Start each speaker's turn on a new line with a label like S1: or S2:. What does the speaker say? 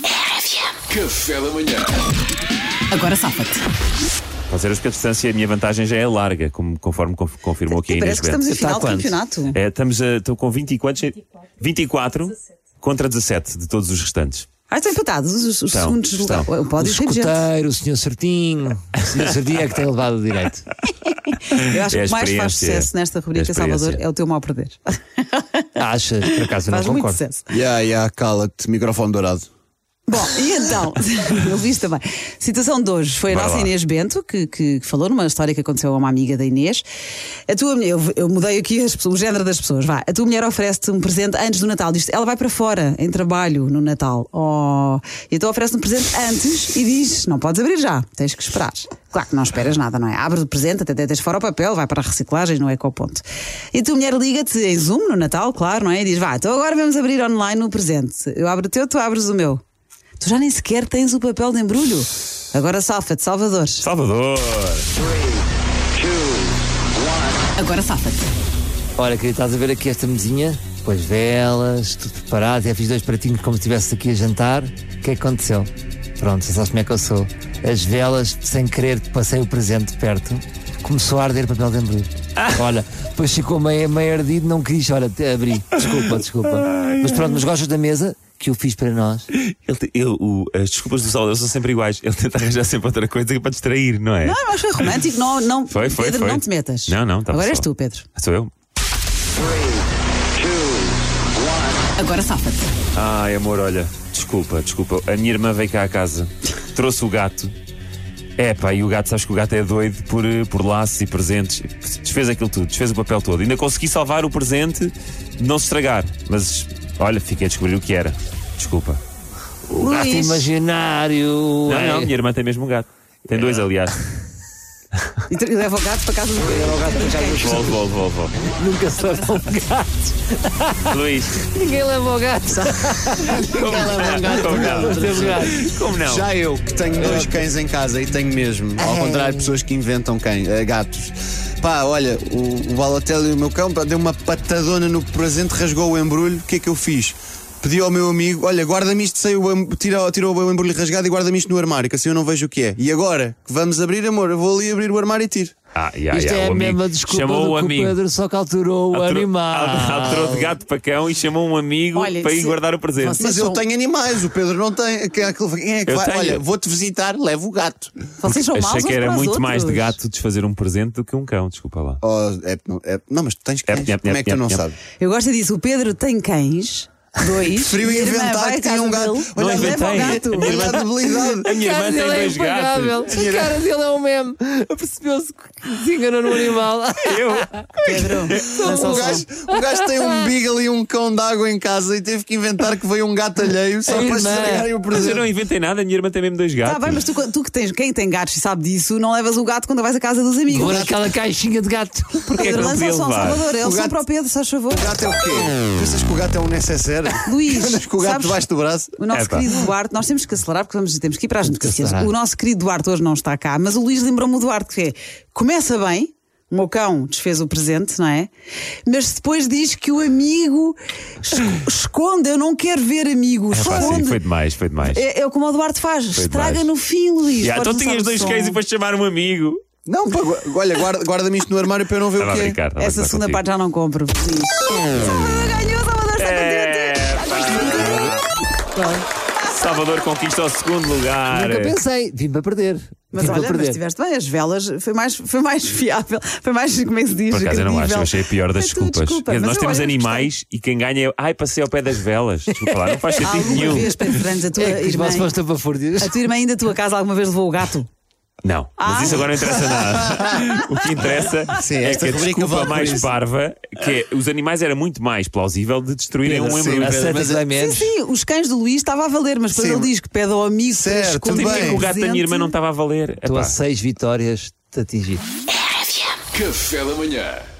S1: FM.
S2: Café da manhã.
S3: Agora safa-te.
S4: Fazer as que a distância, a minha vantagem já é larga, como, conforme conf- confirmou aqui a
S3: Parece
S4: Inês
S3: que estamos
S4: Bento.
S3: em final de
S5: quanto?
S3: campeonato.
S4: É, estamos a, estou com 20 e quantos? 24 contra 17 de todos os restantes.
S3: Ah, estão empatados os, os
S4: Estão,
S3: segundos
S4: estão.
S3: lugares. O pódio
S5: o
S3: tem gente.
S5: escoteiro, o senhor certinho. O senhor certinho é que tem levado o direito.
S3: Eu acho
S4: É
S3: que
S4: a
S3: o que mais faz
S4: experiência.
S3: sucesso nesta rubrica,
S4: É a
S3: Salvador,
S4: experiência.
S3: é o teu mal perder.
S5: Achas? Por acaso eu não
S3: faz muito
S5: concordo.
S3: sucesso.
S6: Ya, ya, cala-te, microfone dourado.
S3: Bom, e então, eu vi também. Citação de hoje foi a
S4: Vai
S3: nossa
S4: lá.
S3: Inês Bento, que, que falou numa história que aconteceu a uma amiga da Inês. A tua mulher, eu, eu mudei aqui as pessoas- o género das pessoas, vá. A tua mulher oferece-te um presente antes do Natal. Diz ela vai para fora, em trabalho, no Natal. Oh, e então oferece-te um presente antes e diz, não podes abrir já, tens que esperar. Claro que não esperas nada, não é? Abres o presente, até deitas fora o papel, vai para reciclagens, não é ecoponto. E a tua mulher liga-te em Zoom no Natal, claro, não é? E diz, vá, então agora vamos abrir online o presente. Eu abro o teu, tu abres o meu. Tu já nem sequer tens o papel de embrulho. Agora salfa-te, Salvador.
S4: Salvador!
S3: Agora salfa-te.
S5: Olha, querido, estás a ver aqui esta mesinha? Depois velas, tudo preparado. Já fiz dois pratinhos como se estivesse aqui a jantar. O que é que aconteceu? Pronto, já sabes como é que eu sou. As velas, sem querer, passei o presente de perto. Começou a arder papel de embrulho. Olha, depois ficou meio, meio ardido, não quis. Olha, te- abri. Desculpa, desculpa. Mas pronto, mas gostas da mesa que eu fiz para nós?
S4: Ele te- eu- o- as desculpas do Salvador são sempre iguais. Ele tenta arranjar sempre outra coisa para distrair, não é?
S3: Ah, mas foi romântico, não, não,
S4: Foi, foi,
S3: Pedro,
S4: foi.
S3: não te metas.
S4: Não, não, tava
S3: Agora és
S4: só.
S3: tu, Pedro.
S4: Ah, Sou eu?
S3: Agora salfa-te.
S4: Ai, amor, olha, desculpa, desculpa. A minha irmã veio cá à casa, trouxe o gato. É pá, e o gato, sabes que o gato é doido por, eh, por laços e presentes. Desfez aquilo tudo, desfez o papel todo. Ainda consegui salvar o presente de não se estragar. Mas, olha, fiquei a descobrir o que era. Desculpa.
S5: O gato
S3: Luís.
S5: imaginário. é?
S4: Não,
S5: Ai.
S4: não, minha irmã tem mesmo um gato. Tem
S5: É.
S4: dois, aliás.
S3: E, tu- e leva o gato para casa do
S4: Volvo, volvo, volvo.
S5: Nunca se leva um gato.
S4: Luís,
S5: Ninguém leva um gato.
S4: como
S5: é
S4: não? Como não?
S5: Temos um gato.
S4: Como não? É.
S6: Já eu, que tenho dois cães em casa e tenho mesmo, ao contrário de pessoas que inventam cães, eh, gatos. Pá, olha, o, o Balotelli e o meu cão pá, deu uma patadona no presente, rasgou o embrulho, o que é que eu fiz? Pedi ao meu amigo, olha, guarda-me isto, sem o em- tira, tira o embrulho rasgado e guarda-me isto no armário, que assim eu não vejo o que é. E agora, que vamos abrir, amor, eu vou ali abrir o armário e tiro.
S4: Ah, yeah,
S5: Isto
S4: yeah,
S5: é
S4: o
S5: a
S4: amigo
S5: mesma desculpa
S4: chamou
S5: do
S4: o
S5: que
S4: amigo.
S5: o Pedro, só que alterou o
S4: Alterou-
S5: animal.
S4: Alterou de gato para cão e chamou um amigo
S3: Olha,
S4: para ir
S3: se-
S4: guardar o presente.
S3: Vocês
S6: Mas eu
S3: são-
S6: tenho animais, o Pedro não tem. Quem é que, quem é que
S4: Eu
S6: vai?
S4: tenho.
S6: Olha, vou-te visitar, levo o gato.
S3: Vocês são maus
S4: Achei que
S3: uns
S4: era
S3: para os
S4: muito
S3: outros.
S4: mais de gato desfazer um presente do que um cão, desculpa lá.
S6: Oh, é, não, é- não, mas tu tens cães.
S4: Yep, yep,
S6: Como é
S4: yep,
S6: que tu
S4: yep,
S6: não
S4: yep.
S6: sabes?
S3: Eu gosto disso. O Pedro tem cães. Dois.
S6: Preferiu
S3: Minha irmã
S6: inventar
S3: vai
S6: que
S3: à casa
S6: tinha um gato.
S3: dele,
S6: Olha,
S3: leva o
S4: inventei.
S3: gato.
S4: A minha irmã-
S6: Olha a debilidade.
S4: A minha irmã tem dois
S3: é
S4: gatos.
S5: é A cara dele é o meme. Apercebeu-se que se enganou no animal.
S4: Eu?
S3: Pedro, lança
S6: O
S3: o
S6: Um gajo, o gajo tem um beagle e um cão d'água em casa e teve que inventar que veio um gato alheio só
S5: A
S6: para
S5: irmã.
S6: estragarem
S4: Mas
S6: o
S4: eu
S6: presente.
S4: não inventei nada, a minha irmã tem mesmo dois gatos.
S3: Está Tá bem, Ah, mas tu, tu que tens, quem tem gatos e sabe disso, não levas o gato quando vais à casa dos amigos.
S5: Vou naquela caixinha de gato.
S4: Porquê é que
S3: Pedro,
S4: não
S3: lança
S4: podia
S3: o som,
S4: levar?
S3: Salvador. Eles são
S6: gato-
S3: para o Pedro, se faz favor.
S6: O gato é o quê? Pensas que o gato é um necessário?
S3: Luís,
S6: Andas com o gato
S3: sabes-
S6: debaixo do braço?
S3: O nosso
S4: Epá.
S3: querido Duarte, nós temos que acelerar porque vamos, temos que ir para as notícias.
S5: acelerar.
S3: O nosso querido Duarte hoje não está cá, mas o Luís lembrou-me do Duarte, que é, começa bem, o meu cão desfez o presente, não é? Mas depois diz que o amigo es- esconde, eu não quero ver amigo,
S4: É pá, sim,
S3: esconde.
S4: foi demais, foi demais.
S3: é, é como o Duarte faz, estraga
S4: demais.
S3: no fim, Luís.
S4: Yeah,
S3: Podes
S4: então
S3: lançar
S4: tinhas
S3: o
S4: dois
S3: som.
S4: cães e depois chamar um amigo.
S6: Não, pá, gu- olha, guarda- guarda-me isto no armário para eu não ver
S4: Estava a
S6: o quê.
S4: brincar. estava a
S3: Essa
S4: brincar
S3: segunda
S4: contigo.
S3: parte já não compro, Luís. Salvador ganhou, Salvador está
S4: É,
S3: contente.
S4: pá. Salvador conquista o segundo lugar.
S5: Nunca pensei. Vim para perder.
S3: Mas
S5: Vim para
S3: olha, mas
S5: perder.
S3: estiveste bem, as velas foi mais, foi mais fiável, foi mais, como é que se diz?
S4: Por acaso eu não acho,
S3: credível.
S4: eu achei a pior das
S3: Foi tudo
S4: desculpas.
S3: desculpa,
S4: Quer dizer,
S3: mas
S4: Nós
S3: eu
S4: temos
S3: olha,
S4: animais e quem ganha é. Ai, passei ao pé das velas. Desculpa lá, não faz
S3: gostei.
S4: sentido
S3: Alguma
S4: nenhum.
S3: vez, Pedro Fernandes, a tua
S5: É que os
S3: irmã.
S5: vossos vão estar para furtir.
S3: A tua irmã ainda à tua casa alguma vez levou o gato?
S4: Não, mas isso agora não interessa nada. o que interessa
S6: Sim,
S4: é
S6: esta
S4: que a
S6: rubrica
S4: desculpa
S6: vale por
S4: mais
S6: isso.
S4: parva, que é, os animais era muito mais plausível de destruírem um
S6: sim,
S4: embrulho.
S5: A
S6: Pedro,
S5: sete
S6: mas-
S5: vai
S3: Sim,
S5: menos.
S3: sim, os cães do Luís estava a valer, mas depois
S6: Sim.
S3: ele diz que pede ao amigo para
S6: Certo,
S3: esconder
S6: tudo
S4: Porquê
S6: bem.
S4: que o gato da minha irmã
S3: presente.
S4: não estava a valer?
S5: Estou
S4: Epá.
S5: a seis vitórias de atingir.
S1: RFM.
S2: Café da manhã.